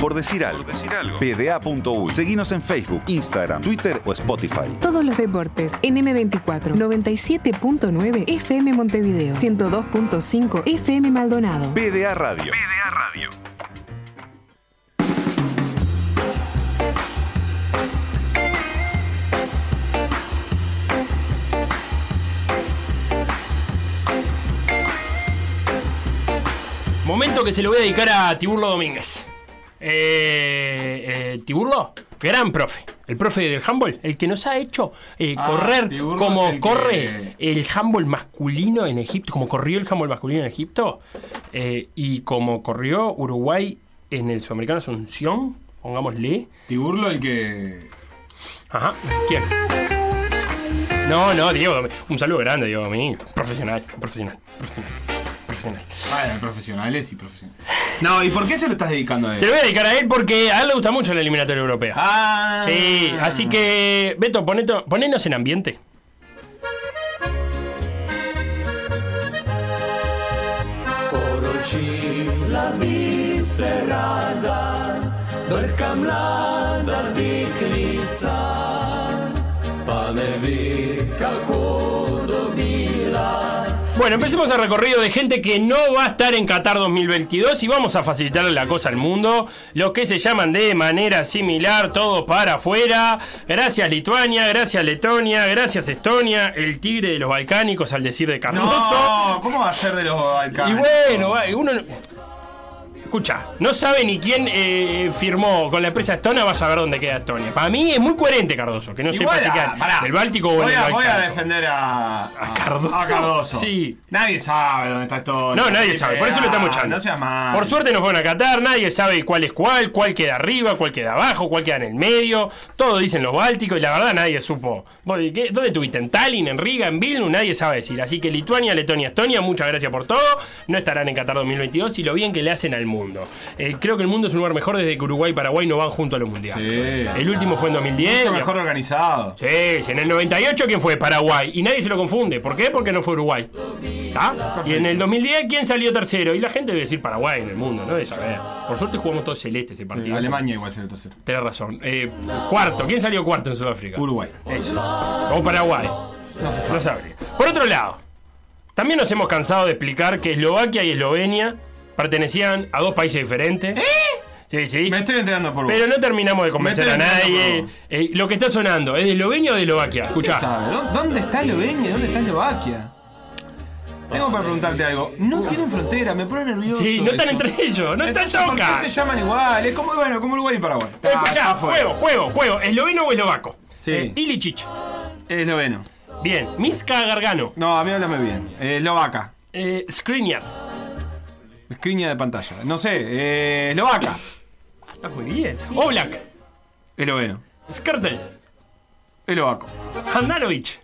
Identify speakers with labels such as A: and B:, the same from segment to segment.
A: Por decir algo.
B: Por decir algo.
A: PDA.uy. Seguinos en Facebook, Instagram, Twitter o Spotify.
C: Todos los deportes en M24 97.9 FM Montevideo 102.5 FM Maldonado.
A: PDA Radio.
B: PDA Radio.
D: Momento que se lo voy a dedicar a Tiburlo Domínguez. Eh, eh, Tiburlo, gran profe. El profe del handball, el que nos ha hecho eh,
E: Ah,
D: correr
E: Tiburlo
D: como
E: es el
D: corre el handball masculino en Egipto, como corrió el handball masculino en Egipto eh, y como corrió Uruguay en el Sudamericano Asunción, pongámosle.
E: Tiburlo el que.
D: Ajá, ¿quién? No, no, Diego, Domi- un saludo grande, Diego Domínguez. Profesional, profesional, profesional, profesional.
E: Vale, profesionales y profesionales. No, ¿y por qué se lo estás dedicando a
D: Te
E: él?
D: lo voy a dedicar a él porque a él le gusta mucho la eliminatoria europea.
E: Ah,
D: Sí, así que, Beto, poneto- ponenos en ambiente. Bueno, empecemos el recorrido de gente que no va a estar en Qatar 2022 y vamos a facilitarle la cosa al mundo. Los que se llaman de manera similar, todos para afuera. Gracias Lituania, gracias Letonia, gracias Estonia, el tigre de los balcánicos al decir de Cardoso.
E: No, ¿cómo va a ser de los
D: y
E: Balcanes?
D: bueno, va, uno... no- Escucha, no sabe ni quién eh, firmó con la empresa Estona, va a saber dónde queda Estonia. Para mí es muy coherente Cardoso, que no sepa
E: Igual
D: si
E: a-
D: queda
E: pará.
D: en el Báltico o en
E: voy
D: el
E: a, voy a
D: Balcánico.
E: defender a,
D: ¿A Cardoso?
E: a Cardoso.
D: Sí.
E: Nadie sabe dónde está todo.
D: No, nadie sabe, por eso lo estamos
E: Ah,
D: echando.
E: No seas malo.
D: Por suerte no fueron a Qatar, nadie sabe cuál es cuál, cuál queda arriba, cuál queda abajo, cuál queda en el medio. Todo dicen los bálticos y la verdad nadie supo. ¿Vos de qué? ¿Dónde estuviste? ¿En Tallinn, en Riga, en Vilnius? Nadie sabe decir. Así que Lituania, Letonia, Estonia, muchas gracias por todo. No estarán en Qatar 2022 y lo bien que le hacen al mundo. Eh, creo que el mundo es un lugar mejor desde que Uruguay y Paraguay no van juntos a los mundiales.
E: Sí.
D: El último fue en 2010.
E: Mucho mejor organizado.
D: Sí, sí, en el 98 quién fue Paraguay y nadie se lo confunde. ¿Por qué? Porque no fue Uruguay. ¿Está? Y en el 2010 quién salió tercero y la gente debe decir Paraguay en el mundo, no de saber. Por suerte jugamos todos celeste ese partido.
E: Alemania igual será el tercero.
D: Tenés razón. Eh, cuarto, ¿quién salió cuarto en Sudáfrica?
E: Uruguay.
D: O Paraguay. No se sabe. Por otro lado, también nos hemos cansado de explicar que Eslovaquia y Eslovenia pertenecían a dos países diferentes. ¿Eh? Sí, sí.
E: Me estoy enterando por vos.
D: Pero no terminamos de convencer
E: Me
D: a
E: estoy
D: nadie.
E: enterando,
D: Eh, lo que está sonando, ¿es de Eslovenia o de Eslovaquia?
E: ¿Qué
D: Escuchá.
E: sabe? ¿Dó- ¿Dónde está Eslovenia? ¿Dónde está Eslovaquia? Tengo para preguntarte algo. No tienen frontera, me pone nervioso.
D: Sí, no están
E: eso.
D: entre ellos, no están
E: Entonces, ¿Por
D: cerca.
E: qué se llaman igual? Es como, bueno, como Uruguay y Paraguay.
D: Escuchá,
E: está fuera.
D: juego, juego, juego. ¿Esloveno o eslovaco?
E: Sí.
D: Eh, Ilicic.
E: Esloveno.
D: Bien. Miska Gargano.
E: No, a mí háblame bien. Eh, Eslovaca.
D: Eh, Skriniar.
E: Escriña de pantalla. No sé, eh, Eslovaca.
D: Está Ah, muy bien. Oblak.
E: Esloveno.
D: Skrtel.
E: Eslovaco.
D: Handanovic.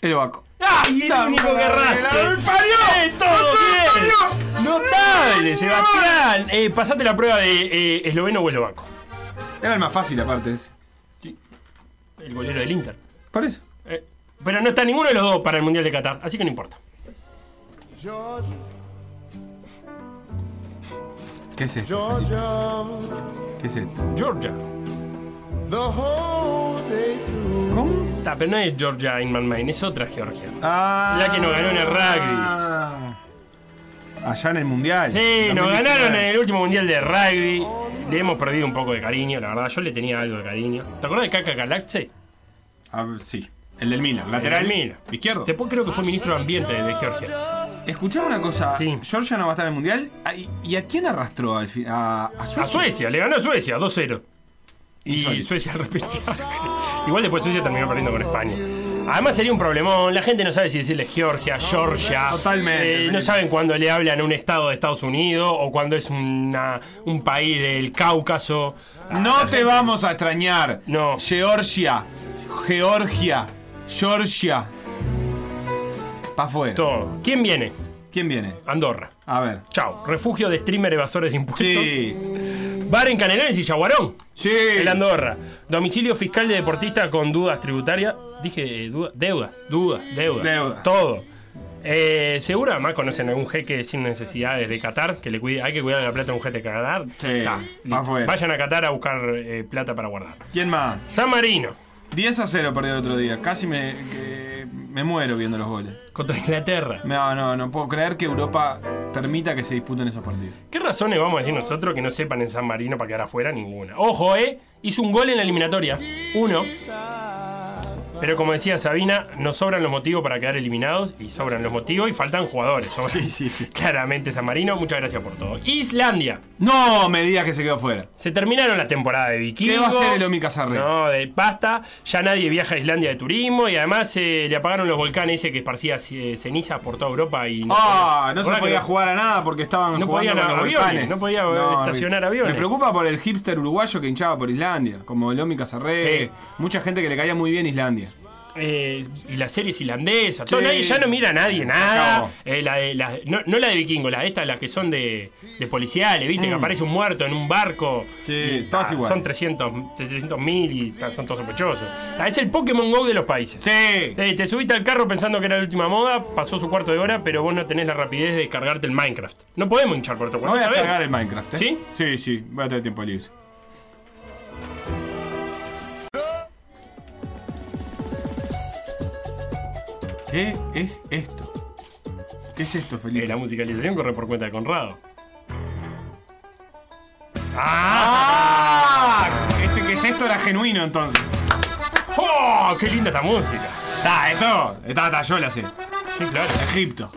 E: Eslovaco.
D: ¡Ah! Y el
E: ¡La
D: único que
E: madre,
D: erraste.
E: la del parió!
D: ¡Eh, todo bien! ¡Notable,
E: ¡No!
D: Sebastián! Eh, pasate la prueba de eh, esloveno o eslovaco.
E: Era el más fácil, aparte. ese.
D: El golero del Inter.
E: Por eso.
D: Eh, pero no está ninguno de los dos para el Mundial de Qatar, así que no importa.
E: ¿Qué es esto? ¿Qué es esto?
D: Georgia.
E: ¿Cómo?
D: Está, pero no es Georgia Inman Main, es otra Georgia.
E: Ah.
D: La que nos ganó en el rugby.
E: Ah. Allá en el mundial.
D: Sí, nos
E: 2019.
D: ganaron en el último mundial de rugby. Le hemos perdido un poco de cariño, la verdad. Yo le tenía algo de cariño. ¿Te acuerdas de Kaka Galaxy?
E: Ah, sí. El del Milan, lateral.
D: Mila.
E: Izquierdo.
D: Después creo que fue ministro de Ambiente de Georgia.
E: Escuchame una cosa.
D: Sí.
E: Georgia no va a estar en el mundial. Ah, ¿Y, y a quién arrastró al final? A, a Suecia.
D: A Suecia, le ganó a Suecia 2-0. Y
E: Insólito.
D: Suecia al repechaje. Igual después Suecia terminó perdiendo con España. Además sería un problemón, la gente no sabe si decirle Georgia, Georgia.
E: Totalmente,
D: Eh, no
E: Felipe.
D: saben cuando le hablan a un estado de Estados Unidos o cuando es una- un país del Cáucaso.
E: No te vamos a extrañar.
D: No.
E: Georgia. Georgia. Georgia. Pa' afuera.
D: Todo. ¿Quién viene?
E: ¿Quién viene?
D: Andorra.
E: A ver.
D: Chao. Refugio de streamer evasores de impuestos.
E: Sí.
D: Bar en Canelones y Yaguarón.
E: Sí.
D: El Andorra. Domicilio fiscal de deportista con dudas tributarias. Dije eh, duda- deudas. Dudas. Deudas.
E: Deuda.
D: Todo. Eh, seguro además conocen algún jeque sin necesidades de Qatar, que le cuide, hay que cuidar la plata a un jeque de Qatar.
E: Sí,
D: Ta,
E: pa'
D: listo.
E: afuera.
D: Vayan a Qatar a buscar eh, plata para guardar.
E: ¿Quién más?
D: San Marino
E: 10 a 0 perdió el otro día. Casi me, que- me muero viendo los goles.
D: contra Inglaterra.
E: No, no, no puedo creer que Europa permita que se disputen esos partidos.
D: ¿Qué razones vamos a decir nosotros que no sepan en San Marino para quedar afuera? Ninguna. Ojo, ¿eh? Hizo un gol en la eliminatoria. Uno. Pero como decía Sabina, nos sobran los motivos para quedar eliminados y sobran los motivos y faltan jugadores. Sobran-
E: Sí, sí, sí.
D: Claramente San Marino, muchas gracias por todo. Islandia.
E: No me digas que se quedó fuera.
D: Se terminaron la temporada de vikingos.
E: ¿Qué va a hacer el Omi Casarre?
D: No, de pasta. Ya nadie viaja a Islandia de turismo y además eh, le apagaron los volcanes ese que esparcía eh, cenizas por toda Europa y
E: Ah, no se
D: ¿Verdad que
E: podía jugar a nada porque estaban
D: No
E: jugando
D: podían
E: con los
D: aviones,
E: volcanes.
D: no podía estacionar
E: vi-
D: aviones.
E: Me preocupa por el hipster uruguayo que hinchaba por Islandia, como Lomi Casarre,
D: Sí.
E: mucha gente que le caía muy bien Islandia.
D: Eh, y las series islandesas. todo,
E: Sí.
D: nadie- ya no mira a nadie, nada.
E: acabó.
D: Eh, la de- la- no, no la de vikingos, las estas, las que son de, de policiales, ¿viste? Que aparece un muerto en un barco.
E: Mm. Sí,
D: Y,
E: todas
D: ah,
E: iguales.
D: Son 300, 700 mil y ta- son todos sospechosos. Ah, Es el Pokémon Go de los países.
E: Sí.
D: Eh, te subiste al carro pensando que era la última moda, pasó su cuarto de hora, pero vos no tenés la rapidez de descargarte el Minecraft. No podemos hinchar por otro
E: No voy a
D: ¿sabés?
E: cargar el Minecraft, ¿eh?
D: ¿Sí?
E: Sí, sí, voy a tener tiempo libre. ¿Qué es esto? ¿Qué es esto,
D: Eh,
E: Felipe?
D: la musicalización corre por cuenta de Conrado. ¡Ah!
E: Este que es esto era genuino entonces.
D: ¡Oh! ¡Qué linda esta música!
E: Está, esto. Está, está, yo la sé.
D: Sí, claro.
E: Egipto.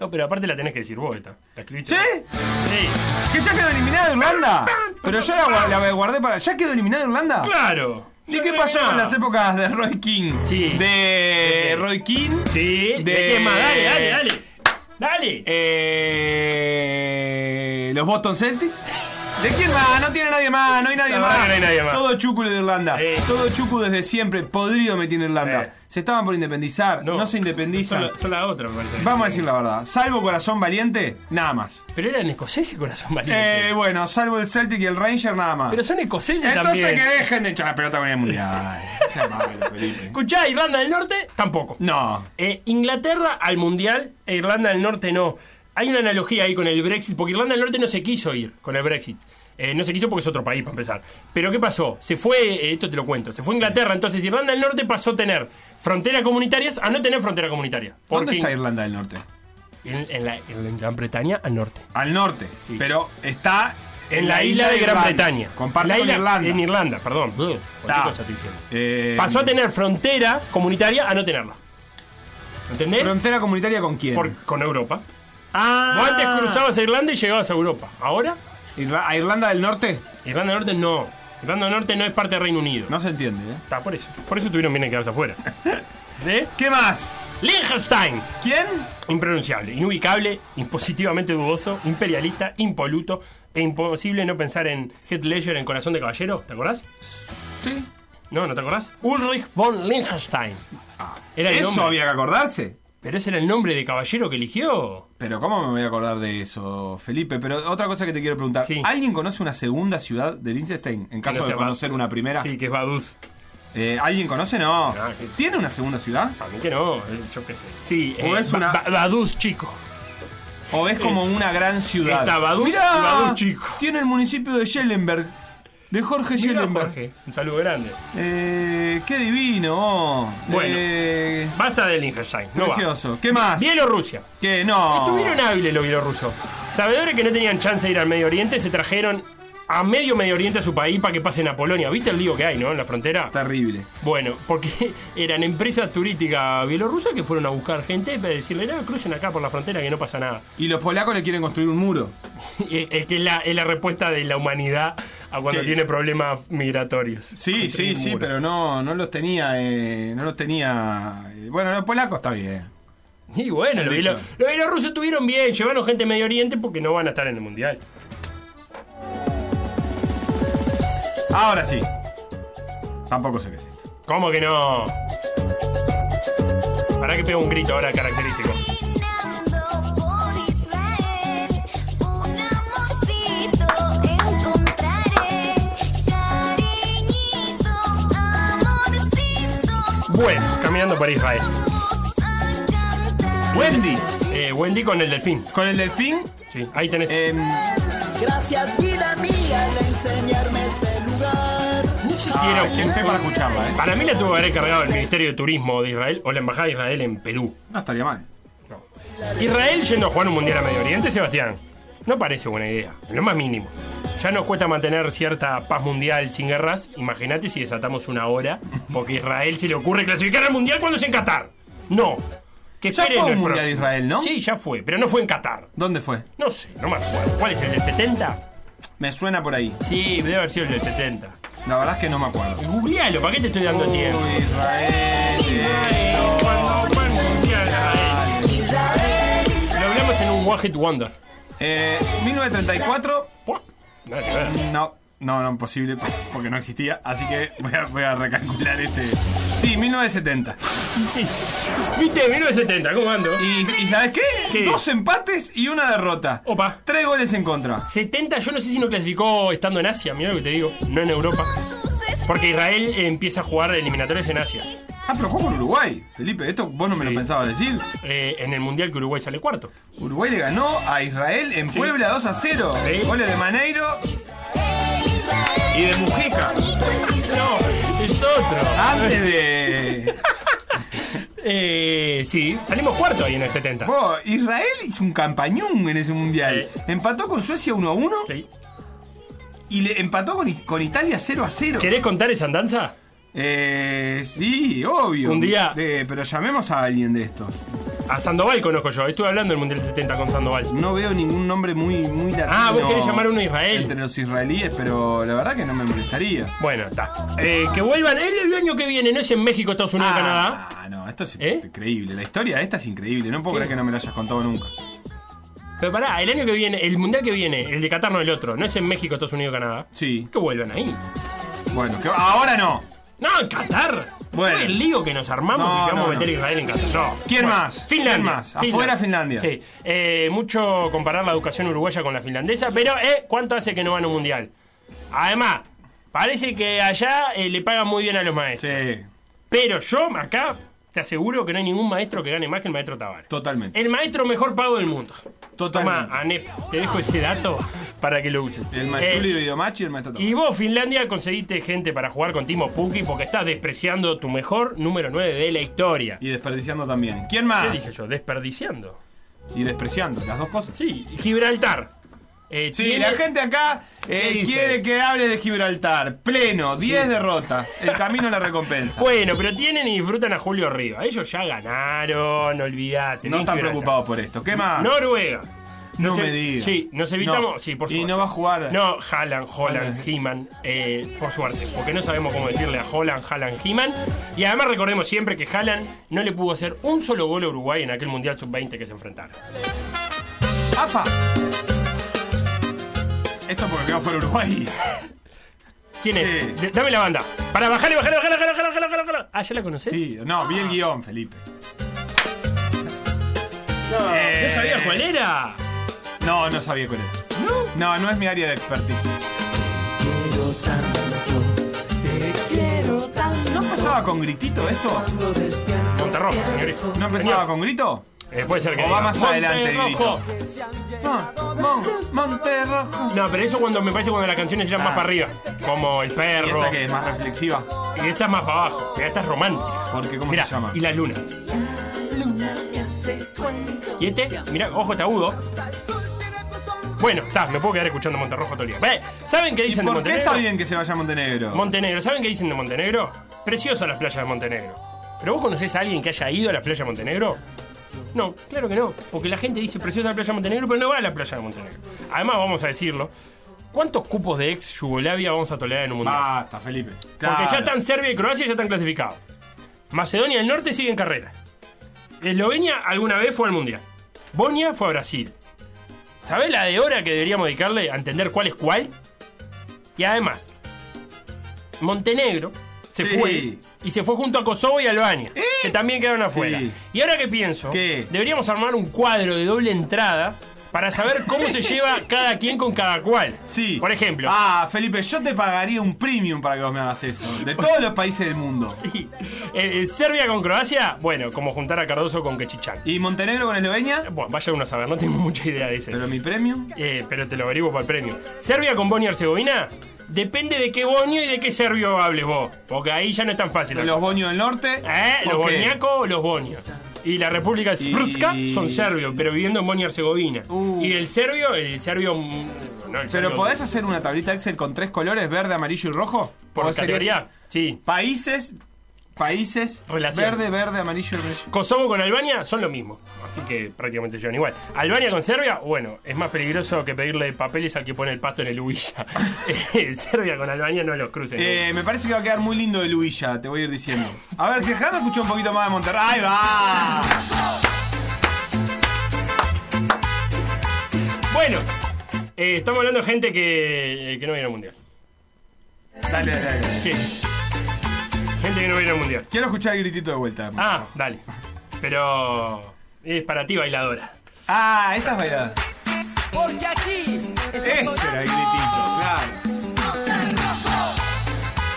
D: No, pero aparte la tenés que decir vos esta. La escribiste.
E: ¿Sí?
D: Sí,
E: ¿Que ya quedó eliminada Irlanda? Pero yo la, gua- la guardé para. ¿Ya quedó eliminada Irlanda?
D: claro.
E: ¿Y qué pasó en las
D: época?
E: épocas de Roy King?
D: Sí.
E: De Roy King.
D: Sí, de...
E: De-
D: qué más? Dale, dale, dale. Dale.
E: Eh, los Boston Celtics. ¿De quién más? No tiene nadie más, no hay nadie
D: La verdad
E: más.
D: que no hay nadie más.
E: Todo chuculo de Irlanda.
D: Sí.
E: Todo chucu desde siempre. Podrido me tiene Irlanda.
D: Sí.
E: Se estaban por independizar, no, se independizan.
D: Son la, son la otra, me parece.
E: Vamos a decir la verdad. Salvo corazón valiente, nada más.
D: Pero eran escoceses, corazón valiente.
E: Eh, bueno, salvo el Celtic y el Ranger, nada más.
D: pero son escoceses
E: Entonces
D: también.
E: que dejen de echar la pelota con el mundial. Sea malo, Felipe.
D: Escuchá, Irlanda del Norte, tampoco.
E: No.
D: Eh, Inglaterra al Mundial e Irlanda del Norte no. Hay una analogía ahí con el Brexit, porque Irlanda del Norte no se quiso ir con el Brexit. Eh, no se quiso porque es otro país, para empezar. Pero ¿qué pasó? Se fue, eh, esto te lo cuento, se fue Inglaterra. Entonces Irlanda del Norte pasó a tener fronteras comunitarias a no tener frontera comunitaria.
E: ¿Dónde
D: Porque
E: está Irlanda del Norte?
D: En, en la, en Gran Bretaña al norte.
E: Al norte.
D: Sí.
E: Pero está
D: En la, isla, de Gran
E: Irlanda.
D: Bretaña.
E: Comparte
D: La
E: con
D: isla-
E: Irlanda.
D: En Irlanda, perdón. Cualquier
E: Ta.
D: cosa estoy diciendo.
E: Eh,
D: Pasó a tener frontera comunitaria a no tenerla. ¿Entendés?
E: ¿Frontera comunitaria con quién?
D: ¿eh? Por- con Europa.
E: Ah,
D: Vos antes cruzabas a Irlanda y llegabas a Europa. Ahora,
E: Irla- ¿A Irlanda del Norte?
D: Irlanda del Norte no. Irlanda del Norte no es parte de Reino Unido.
E: No se entiende, ¿eh?
D: Está por eso. Por eso tuvieron bien que quedarse afuera. ¿De?
E: ¿Qué más?
D: Liechtenstein.
E: ¿Quién?
D: Impronunciable, inubicable, impositivamente dudoso, imperialista, impoluto e imposible no pensar en Heath Ledger en Corazón de Caballero. ¿Te acordás?
E: Sí.
D: No, ¿no te acordás? Ulrich von Liechtenstein. Era el
E: Ah. Eso
D: nombre.
E: había que acordarse.
D: Pero ese era el nombre de caballero que eligió.
E: Pero ¿cómo me voy a acordar de eso, Felipe? Pero otra cosa que te quiero preguntar.
D: Sí.
E: ¿Alguien conoce una segunda ciudad de Liechtenstein en caso
D: no
E: de
D: sea Ba-
E: conocer una primera?
D: Sí, que es Baduz.
E: Eh, ¿Alguien conoce? No.
D: Ah, sí.
E: ¿Tiene una segunda ciudad?
D: Para mí que no, eh, yo qué sé. Sí,
E: O
D: eh,
E: es una-
D: Ba- Ba- Baduz chico.
E: ¿O es como una gran ciudad?
D: Está Badú y Badú chico.
E: Tiene el municipio de Schellenberg. De Jorge
D: Mirá,
E: Schellenberg.
D: Jorge, un saludo grande.
E: Eh, qué divino. oh.
D: Bueno.
E: Eh,
D: Basta de Liechtenstein. No va.
E: precioso. Ah. ¿Qué más?
D: Bielorrusia.
E: Que no.
D: Estuvieron hábiles los bielorrusos. Sabedores que no tenían chance de ir al Medio Oriente, se trajeron a medio Medio Oriente a su país para que pasen a Polonia. ¿Viste el lío que hay, no? En la frontera.
E: Terrible.
D: Bueno, porque eran empresas turísticas bielorrusas que fueron a buscar gente para decirle, no, crucen acá por la frontera que no pasa nada.
E: Y los polacos le quieren construir un muro.
D: Es es que es la, es la respuesta de la humanidad a cuando
E: Sí.
D: tiene problemas migratorios.
E: Sí, sí,
D: Construir
E: sí,
D: muros.
E: pero no, no los tenía, eh, no los tenía. eh, bueno, los polacos está bien.
D: Y bueno, los,
E: dicho.
D: bielo- los bielorrusos estuvieron bien, llevaron gente de Medio Oriente porque no van a estar en el Mundial.
E: Ahora sí. Tampoco sé qué es esto.
D: ¿Cómo que no? Para que pego un grito ahora característico.
B: por Israel, un amorcito encontraré, cariñito, amorcito,
D: Bueno, caminando por Israel.
B: vamos a cantar.
E: Wendy,
D: Eh, Wendy con el delfín.
E: con el delfín.
D: Sí, ahí tenés.
E: eh,
F: Gracias vida mía de enseñarme este lugar.
D: no sé si
E: ah,
D: era
E: gente para escucharla, ¿eh?
D: Para mí la tuvo que haber cargado el Ministerio de Turismo de Israel o la Embajada de Israel en Perú.
E: No estaría mal.
D: Israel yendo a jugar un mundial a Medio Oriente, Sebastián. No parece buena idea, en lo más mínimo. Ya nos cuesta mantener cierta paz mundial sin guerras. Imagínate si desatamos una hora, porque a Israel se le ocurre clasificar al mundial cuando es en Qatar. No. Que
E: Ya
D: esperen
E: fue un
D: el
E: mundial de
D: próximo.
E: Israel, ¿no?
D: Sí, ya fue, pero no fue en Qatar.
E: ¿Dónde fue?
D: No sé, no me acuerdo. ¿Cuál es el del 70?
E: Me suena por ahí.
D: Sí, debe haber sido el del 70.
E: La verdad es que no me acuerdo.
D: Y Googlealo, ¿para qué te estoy dando tiempo?
E: Uy, Israel. eh.
D: Cuando fue el mundial, Israel. Lo hablamos en un One Hit Wonder.
E: Eh, 1934.
D: Buah, Nada que ver.
E: No, no, no, imposible po- porque no existía. Así que voy a, voy a recalcular este. Sí, 1970.
D: Sí. ¿Viste? 1970, ¿cómo ando?
E: ¿Y, y sabes qué?
D: ¿Qué?
E: Dos empates y una derrota.
D: Opa.
E: Tres goles en contra.
D: 70, yo no sé si no clasificó estando en Asia, mira lo que te digo, no en Europa. Porque Israel empieza a jugar eliminatorias en Asia.
E: Ah, pero jugó con Uruguay. Felipe, esto vos no me lo
D: Sí.
E: pensabas decir.
D: Eh, en el Mundial que Uruguay sale cuarto.
E: Uruguay le ganó a Israel en Puebla 2 a 0.
D: Sí.
E: Goles de Maneiro y de Mujica.
D: No, es otro.
E: Antes de.
D: Eh, sí, salimos cuarto ahí en el 70.
E: Vos, Israel hizo un campañón en ese mundial.
D: Sí.
E: Empató con Suecia 1 a 1
D: Sí.
E: y le empató con, I- con Italia 0 a 0.
D: ¿Querés contar esa andanza?
E: Eh, sí, obvio.
D: Un día-
E: Eh, pero llamemos a alguien de estos.
D: A Sandoval conozco yo, estuve hablando del Mundial 70 con Sandoval.
E: No veo ningún nombre muy, muy latino.
D: Ah, vos querés llamar a uno a Israel.
E: Entre los israelíes, pero la verdad que no me molestaría.
D: Bueno, está. Eh, que vuelvan el, el año que viene, no es en México, Estados Unidos, Canadá.
E: Ah, no, esto es
D: ¿Eh?
E: increíble. La historia esta es increíble. No puedo creer que no me lo hayas contado nunca.
D: Pero pará, el año que viene, el Mundial que viene, el de Qatar no el otro, no es en México, Estados Unidos, Canadá.
E: Sí.
D: Que vuelvan ahí.
E: Bueno, que- ahora no.
D: No, en Qatar.
E: Bueno.
D: Fue el lío que nos armamos
E: No,
D: y que vamos
E: no,
D: a meter
E: no.
D: a Israel en Qatar. No.
E: ¿Quién más?
D: Finlandia.
E: ¿Quién más? Afuera Finlandia.
D: Sí. Eh, mucho comparar la educación uruguaya con la finlandesa, pero eh, ¿cuánto hace que no van a un mundial? Además, parece que allá eh, le pagan muy bien a los maestros.
E: Sí,
D: Pero yo, acá, te aseguro que no hay ningún maestro que gane más que el maestro Tavares.
E: totalmente.
D: El maestro mejor pago del mundo.
E: Totalmente.
D: Toma, Anep, te dejo ese dato para que lo uses.
E: El
D: Eh,
E: Maestuli de Videomachi y el Maestro
D: y vos, Finlandia, conseguiste gente para jugar con Timo Pukki porque estás despreciando tu mejor número 9 de la historia.
E: Y desperdiciando también.
D: ¿Qué
E: ¿Quién más?
D: dije yo? Desperdiciando.
E: Y despreciando, las dos cosas.
D: Sí, Gibraltar. Eh,
E: Sí,
D: tiene-
E: la gente acá eh,
D: ¿Qué dice?
E: quiere que hable de Gibraltar. Pleno, 10 derrotas. El camino a la recompensa.
D: Bueno, pero tienen y disfrutan a Julio Riva. Ellos ya ganaron, olvídate.
E: no
D: bien
E: están
D: Gibraltar.
E: preocupados por esto. ¿Qué más?
D: Noruega.
E: No
D: Nos
E: me
D: ev-
E: digas.
D: Sí, nos evitamos.
E: No.
D: Sí, por
E: Y
D: suerte.
E: no va a jugar.
D: No, Haaland, Holland,
E: Haaland.
D: He-Man, eh, por suerte, porque no sabemos cómo decirle a Holland, Haaland, He-Man. Y además recordemos siempre que Haaland no le pudo hacer un solo gol a Uruguay en aquel Mundial Sub-20 que se enfrentaron.
E: ¡Apa! Esto porque quedó fuera Uruguay.
D: ¿Quién es?
E: Sí.
D: De- Dame la banda. Para bajarle, bajarle, bajarle, bajarle, bajarle, bajarle, bajarle. Ah, ¿ya la conoces?
E: Sí, no, vi el guión, Felipe.
D: No,
E: Eh.
D: sabía cuál era.
E: No, no sabía cuál era. No, no es mi área de expertise.
F: Quiero tanto, te quiero tanto.
E: ¿No empezaba con gritito esto?
F: Cuando despierto
D: Monterrojo, señores.
E: ¿No empezaba con grito?
D: Eh, puede ser que.
E: O
D: diga,
E: va más adelante,
D: Monterrojo.
E: Mon, mon, Monterrojo.
D: No, pero eso cuando me parece cuando las canciones eran
E: Ah.
D: más para arriba. Como El
E: Y
D: Perro.
E: esta que es más reflexiva.
D: Y esta es más para abajo. Mira, esta es romántica.
E: Porque, ¿cómo
D: Mirá,
E: se llama?
D: Y la luna. Y este, mira, ojo, está agudo. Bueno, está, me puedo quedar escuchando Monterrojo todo el día. Ve, ¿Saben qué
E: ¿Y
D: dicen de
E: por qué
D: Montenegro?
E: está bien que se vaya a Montenegro?
D: Montenegro, ¿saben qué dicen de Montenegro? Preciosa las playas de Montenegro. ¿Pero vos conocés a alguien que haya ido a las playas de Montenegro? No, claro que no. Porque la gente dice preciosa la playa de Montenegro, pero no va a la playa de Montenegro. Además, vamos a decirlo. ¿Cuántos cupos de ex Yugoslavia vamos a tolerar en un mundial?
E: Basta, Felipe.
D: Porque
E: Claro.
D: ya están Serbia y Croacia ya están clasificados. Macedonia del Norte sigue en carrera. Eslovenia alguna vez fue al Mundial. Bosnia fue a Brasil. ¿Sabés la de hora que deberíamos dedicarle a entender cuál es cuál? Y además, Montenegro se
E: Sí. ¿Eh?
D: fue y se fue junto a Kosovo y Albania, que también quedaron afuera.
E: Sí.
D: Y ahora que pienso,
E: ¿Qué?
D: deberíamos armar un cuadro de doble entrada para saber cómo se lleva cada quien con cada cual.
E: Sí.
D: Por ejemplo.
E: Ah, Felipe, yo te pagaría un premium para que vos me hagas eso. De todos los países del mundo.
D: Sí. Eh, eh, Serbia con Croacia, bueno, como juntar a Cardoso con Kechichak.
E: ¿Y Montenegro con Eslovenia?
D: Bueno, vaya uno a saber, no tengo mucha idea de ese.
E: Pero mi premium.
D: Eh, pero te lo averiguo para el premio. ¿Serbia con Bosnia y Herzegovina? Depende de qué bonio y de qué serbio hables vos. Porque ahí ya no es tan fácil. la
E: Los bonios del norte.
D: ¿Eh? Los
E: ¿por qué?
D: bosniacos, los bonios. Y la República Srpska
E: Y- Uh.
D: son serbios, pero viviendo en Bosnia y Herzegovina. Y el serbio, el serbio. mm, no, el
E: Pero
D: serbio-
E: podés hacer una tablita Excel con tres colores, verde, amarillo y rojo.
D: Por
E: ¿O sería
D: categoría,
E: así?
D: sí.
E: Países, países,
D: Relación.
E: verde, verde, amarillo y amarillo.
D: Kosovo con Albania son lo mismo. Así que prácticamente llevan igual. Albania con Serbia, bueno, es más peligroso que pedirle papeles al que pone el pasto en el Ubilla. Eh, Serbia con Albania no los crucen.
E: Eh, me parece que va a quedar muy lindo de Luilla, te voy a ir diciendo. A ver, déjame escuchar un poquito más de Monterrey. ¡Ahí va!
D: Bueno, eh, estamos hablando de gente que, que no viene al mundial.
E: Dale, dale, dale.
D: ¿Qué? Gente que no viene al mundial.
E: Quiero escuchar el gritito de vuelta.
D: Ah, dale. Pero es para ti, bailadora.
E: Ah, esta es bailada.
F: Porque aquí
E: Este era el gritito, claro.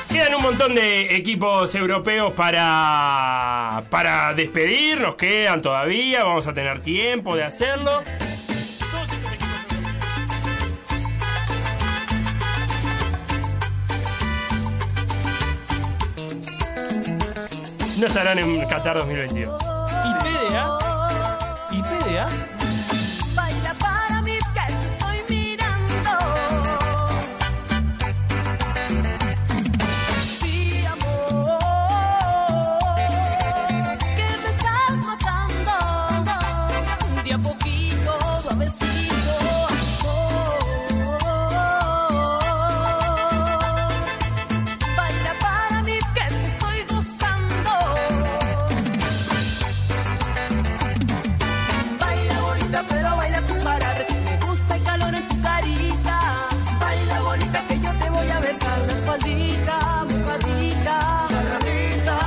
D: Quedan un montón de equipos europeos para, para despedir, nos quedan todavía, vamos a tener tiempo de hacerlo. No estarán en Qatar 2022. Y PDA. Y PDA.
B: Baila para mí que te estoy mirando. Sí, amor, que te estás matando. De a poquito, suavecito. Baila para mí que te estoy gozando.
F: baila bonita, pero baila sin parar. Me gusta el calor en tu carita. Baila bonita, que yo te voy a besar. La espaldita, mojadita, cerradita.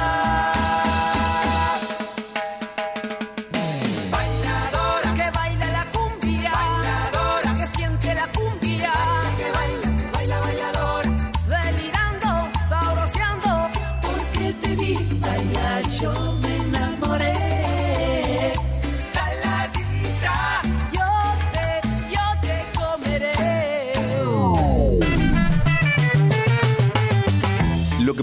F: Bailadora, que baila la cumbia. Bailadora, que siente la cumbia. Que baila, que baila, bailadora. Delirando, sabroseando. Porque te vi bailar, yo me enamoré. Saladita, yo te, yo te comeré.
A: Lo que